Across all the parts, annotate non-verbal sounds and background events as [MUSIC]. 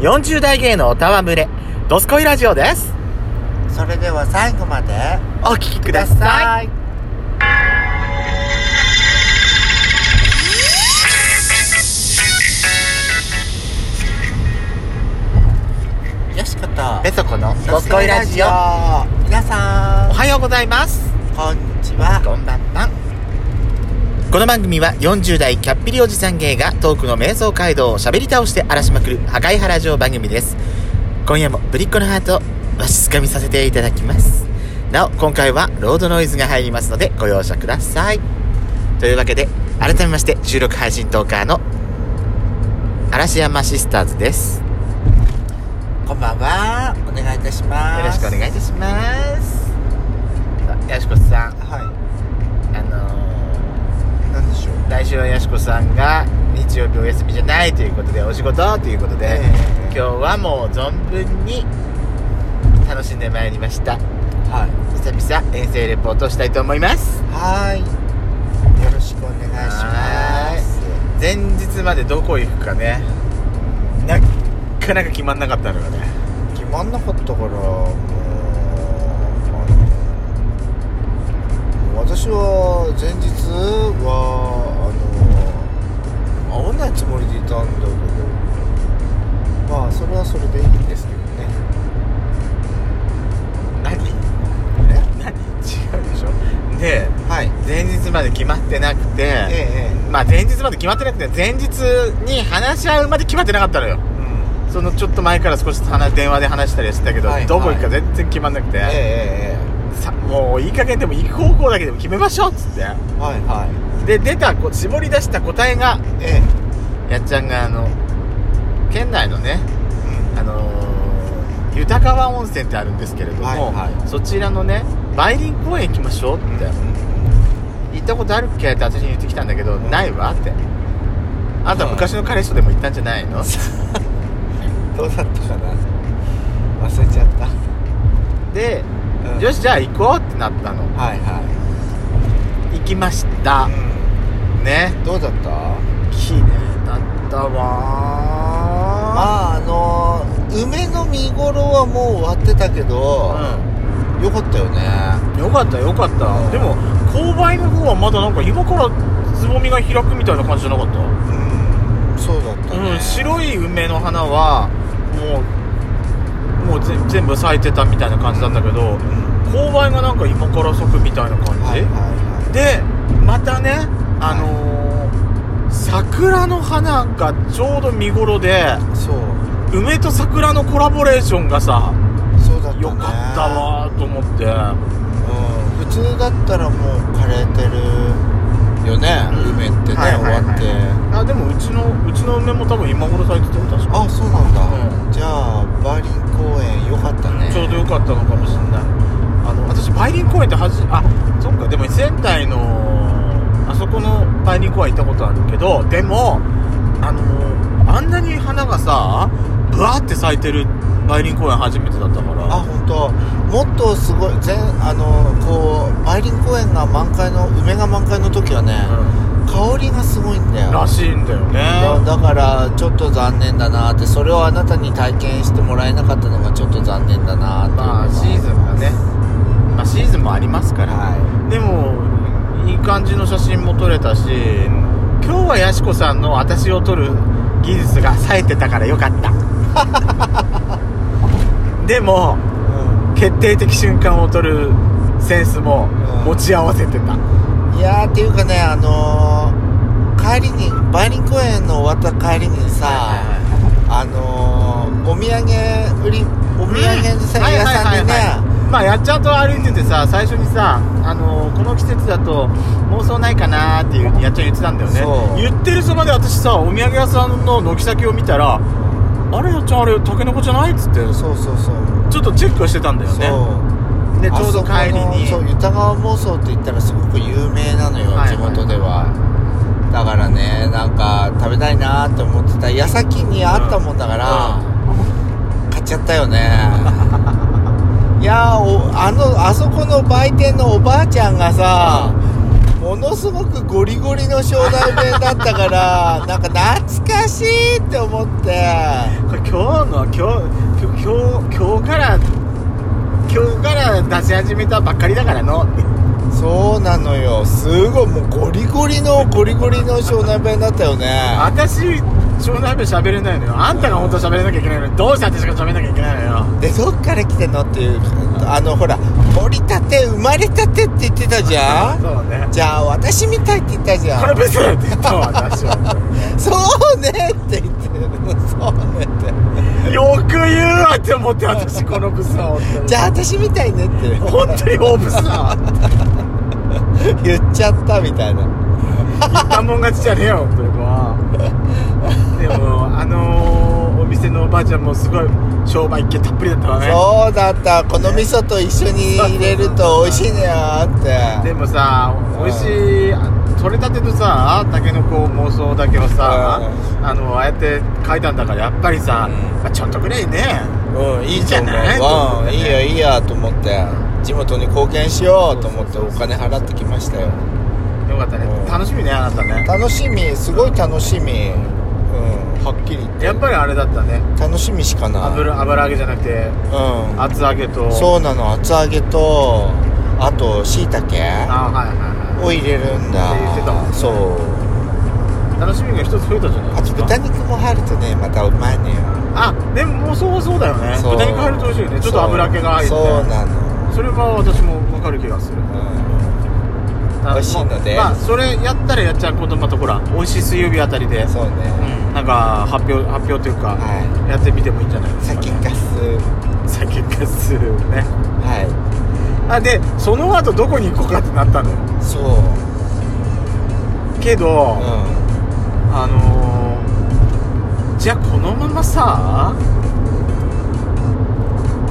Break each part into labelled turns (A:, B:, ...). A: 40代芸能戯れ、ドスコイラジオです。
B: それでは最後まで
A: お聞きく
B: く
A: だ
B: だ
A: さい。
B: さいよしこと
A: ペソコの
B: ド
A: ド
B: ス
A: ス
B: コ
A: コ
B: イ
A: イ
B: ラ
A: ラ
B: ジ
A: ジ
B: オ
A: オ。
B: 皆さん
A: おはようございます。
B: こんにちは
A: こんばん
B: は
A: この番組は40代キャッピリおじさん芸がトークの瞑想街道を喋り倒して荒らしまくる破壊原城番組です。今夜もぶりっ子のハートをわしづかみさせていただきます。なお、今回はロードノイズが入りますのでご容赦ください。というわけで、改めまして収録配信トーカーの嵐山シスターズです。よ
B: こんばんはお願いいたします
A: ろしくお願いいたします。さあ、やしこさん、
B: は
A: あのー、
B: いなんでしょう
A: 来週はやしこさんが日曜日お休みじゃないということでお仕事ということで、
B: ええ
A: 今日はもう存分に楽しんでまいりました
B: はい
A: 久々遠征レポートをしたいと思います
B: はいよろしくお願いします
A: はーい前日までどこ行くかねなかなか決まんなかったのよね
B: 決まんなかったからもうあの私は前日はあの会わないつもりでいたんだけどまあそれはそれでいいんですけどね
A: 何何違うでしょで
B: はい
A: 前日まで決まってなくて、
B: ええ
A: まあ前日まで決まってなくて前日に話し合うまで決まってなかったのよ
B: うん
A: そのちょっと前から少し話電話で話したりはしてたけど、
B: はい
A: どこ行くか全然決まんなくて、
B: えええ
A: さもういい加減でも行く方向だけでも決めましょうっつって
B: えはいはい
A: で出たこう絞り出した答えが
B: ええ
A: やっちゃんがあの県内のね、
B: う
A: あのー、豊川温泉ってあるんですけれども、
B: はいはい
A: そちらのね梅林公園行きましょうって、行ったことあるっけって私に言ってきたんだけど、ないわってあんた昔の彼氏とでも行ったんじゃないの、
B: どうだったかな忘れちゃった
A: で、
B: うん
A: よしじゃあ行こうってなったの
B: はいは
A: 行きました、
B: い、
A: ね
B: うん、どうだった
A: 綺麗だったわ
B: まああのー梅の見頃はもう終わってたけど、よかったよね
A: うんよかったよかったでも勾配の方はまだなんか今からつぼみが開くみたいな感じじゃなかった、
B: うんそうだったね、
A: うん白い梅の花はもうもうぜ全部咲いてたみたいな感じだったけど勾配がなんか今から咲くみたいな感じ、
B: はいはいは
A: でまたねあのー桜の花がちょうど見頃で
B: いそう
A: 梅と桜のコラボレーションがさ
B: そうだったね
A: よかったわーと思って
B: うん、普通だったらもう枯れてるよね、
A: うん
B: 梅ってね、
A: はいはいはい
B: 終わって
A: あでもうちのうちの梅も多分今頃咲いてたよ確か
B: あそうなんだ、
A: う
B: じゃあバイリン公園よかったね、
A: ちょうどよかったのかもしれないあの私梅林公園ってはじあそっかでも仙台のあそこの梅林公園行ったことあるけどでもあのあんなに花がさブワーって咲いてる梅林公園初めてだったから
B: あ本当。もっとすごい全あのこう梅林公園が満開の梅が満開の時はね、
A: う
B: 香りがすごいんだよ
A: ん、らしいんだよね
B: だだからちょっと残念だなってそれをあなたに体験してもらえなかったのがちょっと残念だなっていうのが
A: まあシーズンがね、まあ、シーズンもありますから、
B: は
A: でもいい感じの写真も撮れたし今日はやしこさんの私を撮る技術が冴えてたからよかった [LAUGHS] でも決定的瞬間を撮るセンスも
B: うん
A: 持ち合わせてた、
B: いやーっていうかねあのー、帰りに梅林公園の終わった帰りにさ、あのー、お土産売りお土産屋さん
A: はいはいはい
B: でね
A: はいまあやっちゃんと歩いててさ最初にさ、あのーこの季節だと妄想ないかなーっていうやっちゃん言ってたんだよ
B: そう
A: ね言ってるそばで私さお土産屋さんの軒先を見たらあれやっちゃんあれタケノコじゃないっつってち
B: そうそうそう
A: ょっとチェックをしてたんだよね
B: そう
A: でちょうど帰りに
B: あそこのそう豊川妄想って言ったらすごく有名なのよ、
A: はいはい
B: 地元ではだからねなんか食べたいなーって思ってた矢先にあったもんだから、買っちゃったよね [LAUGHS] いやーおあのあそこの売店のおばあちゃんがさものすごくゴリゴリの正代弁だったからなんか懐かしいって思って
A: これ今日の今日今日今日今日から今日から出し始めたばっかりだからのって
B: そうなのよすごいもうゴリゴリのゴリゴリの湘南弁だったよね
A: 私湘南弁喋れないのよあんたが本当は喋れなきゃいけないのにどうして私が喋れなきゃいけないのよ
B: でどっから来てんのっていうあのほら掘りたて生まれたてって言ってたじゃん
A: そうね
B: じゃあ私みたいって言ったじゃん
A: これブスって言ったわ私は
B: そうねって言ってそうねっ
A: よく言うわって思って私このブスは本当
B: て
A: に
B: じゃあ私みたいねって
A: 本当に大ブスだ
B: 言っちゃったみたいな
A: 一般もん勝ちじゃねえよ本当にもうでもあのーお店のおばあちゃんもすごい商売っ気たっぷりだったわね
B: そうだったこの味噌と一緒に入れると美味しいねよって
A: でもさ美味しい取れたてのさたけのこ妄想だけをさ、あのああやって書いたんだからやっぱりさ、
B: うん
A: まあちょっとぐらいね
B: うんいいじゃ
A: いい
B: ない
A: じゃない
B: うんいいやいいやと思って地元に貢献しようと思ってお金払ってきましたよ
A: よかったね、
B: うん
A: 楽しみねあなたね
B: 楽しみすごい楽しみうんはっきり言って
A: やっぱりあれだったね
B: 楽しみしかない
A: 油油揚げじゃなくて
B: う
A: 厚揚げと
B: んそうなの厚揚げとあとしいたけ
A: あはいはいは
B: を入れるんだ
A: って言ってたもん
B: そう
A: い楽しみが一つ増えたじゃない
B: あ
A: で
B: と
A: すか
B: 豚肉も入るとねまたうまいのよ
A: あでも妄想はそうだよね
B: そう
A: 豚肉入ると美味しいよねちょっと油揚げが入って
B: そうそうなの、
A: それは私も分かる気がする
B: 美味しいので
A: まあそれやったらやっちゃうことまたほら美味しい水曜日あたりで
B: うん、そうね、
A: なんか発表発表というか、
B: は
A: やってみてもいいんじゃないで
B: い
A: すか、
B: 酒
A: ね、
B: かす
A: 酒かすね
B: は
A: あでその後どこに行こうかってなったのよ
B: いそう
A: けど、
B: う
A: あのー、じゃあこのままさ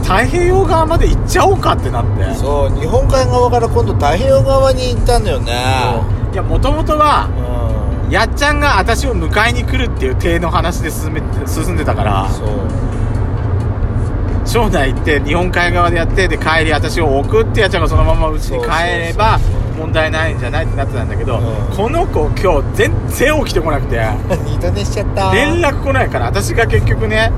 A: 太平洋側まで行っちゃおうかってなって
B: んそう日本海側から今度太平洋側に行ったんだよね
A: いやもともとは
B: うん
A: やっちゃんが私を迎えに来るっていう体の話で進めて進んでたから
B: そう [LAUGHS]
A: 庄内行って日本海側でやってで帰り私を置くってやっちゃんがそのままうちに帰れば
B: そうそうそうそう
A: 問題ないんじゃないってなってたんだけど、
B: うん
A: この子今日全然起きてこなくて
B: 二度寝しちゃった
A: 連絡来ないから私が結局ね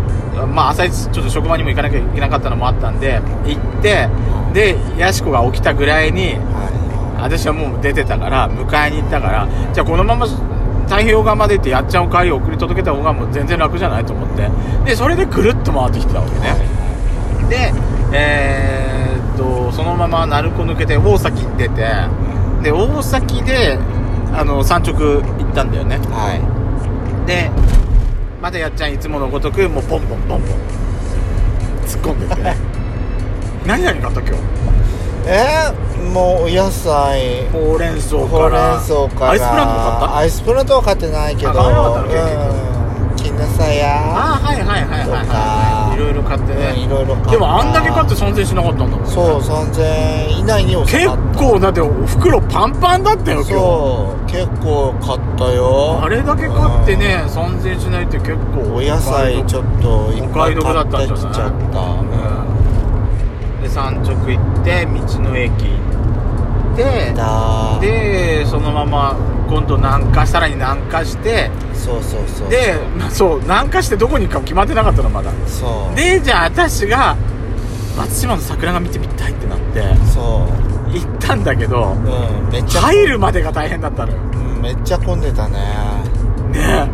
A: まあ朝一ちょっと職場にも行かなきゃいけなかったのもあったんで行ってでやしこが起きたぐらいに
B: は
A: 私はもう出てたから迎えに行ったからじゃあこのまま太平洋側まで行ってやっちゃんを帰り送り届けた方がもう全然楽じゃないと思ってでそれでぐるっと回ってきてたわけねでえーっとそのまま鳴子抜けて大崎出てで大崎であの山直行ったんだよね
B: いは
A: でまたやっちゃんいつものごとくもうポンポンポンポン突っ込んでって [LAUGHS] ね何々買った今日
B: いえーもうお野菜
A: ほうれん草から
B: ほうれん草から
A: アイスプラントも買った
B: アイスプラントは買ってないけど
A: あ買わなかったの
B: うん絹さや
A: ああはいはいはいはいはいいろいろ買って
B: うん
A: ね、
B: いろいろ買った
A: でもあんだけ買って3000円しなかったんだもんね
B: そう3000円以内に収
A: 結
B: まった
A: 構だってお袋パンパンだったよ今
B: そう結構買った
A: 日
B: よ
A: あれだけ買ってね3000円しないって結構
B: うんお野菜ちょっといっぱい買ってきち
A: う
B: ゃった
A: んで山直行って道の駅行って
B: だ
A: でそのまま今度南下さらに南下して
B: そうそうそう
A: で、まあ、そう南下してどこに行くか決まってなかったのまだ
B: そう
A: でじゃあ私が松島の桜が見てみたいってなって
B: そ
A: 行ったんだけど
B: ううんめっちゃ
A: 入るまでが大変だったのよ
B: うんめっちゃ混んでたね
A: ね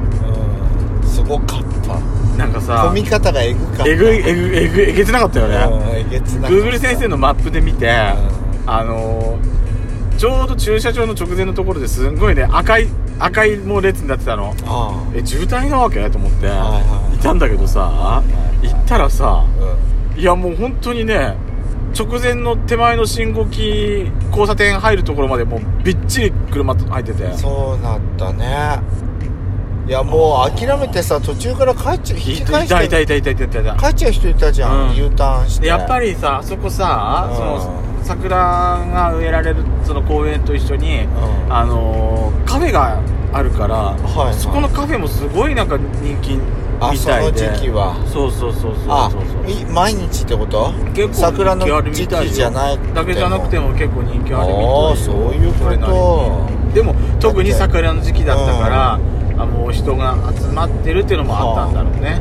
B: うんすごかった
A: なんかさ
B: 混み方がえぐかった
A: えぐいえぐえぐえげつなかったよね
B: うんえげつなかった
A: Google 先生のマップで見てあのーちょうど駐車場の直前のところですんごいね赤い赤いもう列になってたの
B: あ
A: え渋滞なわけと思って、
B: はい
A: いたんだけどさ
B: い
A: 行ったらさ
B: あうん
A: いやもう本当にね直前の手前の信号機交差点入るところまでもうびっちり車入ってて
B: そうなったねいやもう諦めてさ途中から帰っちゃう引
A: い
B: き
A: た
B: 返
A: いたい
B: して
A: たいたいたいたいたいた
B: 帰っちゃう人いたじゃん、
A: うん
B: U ターンして
A: でやっぱりさあそこさ
B: うん
A: その桜が植えられるその公園と一緒に
B: ん
A: あのーカフェがあるから
B: はい
A: そこのカフェもすごいなんか人気
B: あ
A: み
B: そ
A: た
B: の
A: いで
B: 時期は
A: そうそうそうそう
B: あ
A: そうそう
B: い毎日ってこと
A: 結構
B: 桜
A: 人
B: の
A: 気あるみ
B: 時
A: たいよ
B: 期じゃない
A: だけじゃなくても結構人気あるみたいよ
B: ああそういうこ
A: それなり
B: と
A: にでも特に桜の時期だったから、あもう人が集まってるっていうのもあったんだろうね、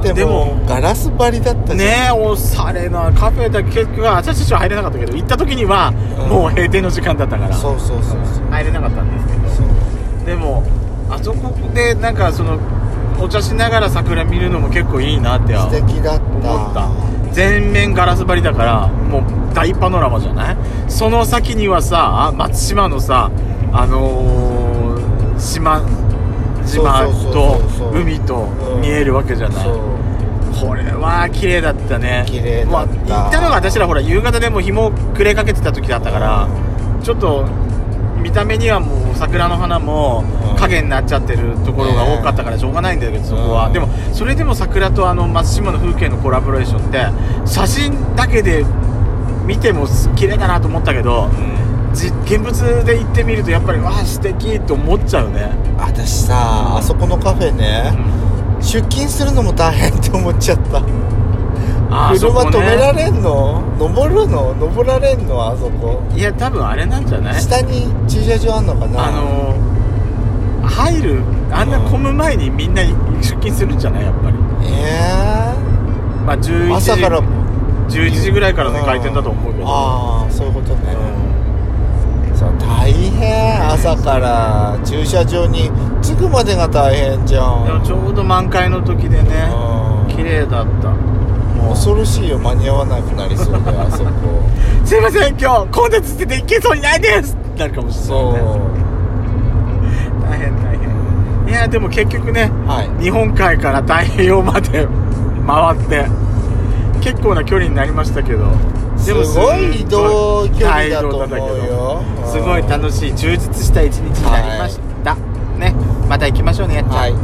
B: って
A: で
B: も
A: も
B: うガラス張りだったじゃん
A: ねえおしゃれなカフェだけ結局は私たちは入れなかったけど行った時には
B: うん
A: もう閉店の時間だったから、
B: そうそうそうそう
A: 入れなかったんですけど
B: そう
A: でもあそこでなんかそのお茶しながら桜見るのも結構いいなっては
B: 素敵だった
A: 思った全面ガラス張りだからもう大パノラマじゃないその先にはさ松島のさあのー、島島と
B: そうそうそうそう
A: 海と
B: うん
A: 見えるわけじゃない、
B: そう
A: これは綺麗だったね
B: 綺麗だった
A: まあ行ったのが私らほら夕方でもう日も暮れかけてた時だったからちょっと見た目にはもう桜の花も
B: うん
A: 影になっちゃってるところが多かったからしょうがないんだけどそこは、
B: うん
A: でもそれでも桜とあの松島の風景のコラボレーションって写真だけで見ても綺麗だなと思ったけどじ現物で行ってみるとやっぱりわあ素敵と思っちゃうね、
B: 私さあそこのカフェね出勤するのも大変って思っちゃった
A: あーそ
B: 車
A: こね
B: 止められんの登るの登られんのあそこ
A: いや多分あれなんじゃない
B: 下に駐車場あんのかな
A: あのー入るあんな混む前にみんな出勤するんじゃないやっぱり、
B: え
A: まあ、11
B: え
A: 時
B: 朝から
A: 11時ぐらいからの開店だと思うけど
B: ああそういうことね
A: うん
B: そう大変朝から駐車場に着くまでが大変じゃん
A: でもちょうど満開の時でね
B: うん
A: 綺麗だったもう
B: 恐ろしいよ間に合わなくなりそうであ
A: [LAUGHS]
B: そこ
A: すいません今日コンテンツ出ていけそうにないですってなるかもしれ
B: そう
A: ない、ね、大変大変いやでも結局ね
B: は
A: 日本海から太平洋まで [LAUGHS] 回って結構な距離になりましたけど
B: いすごい移動距離だと思うよ
A: すごい
B: し
A: 楽しい充実した一日になりました、ねまた行きましょうねやっちゃん
B: はい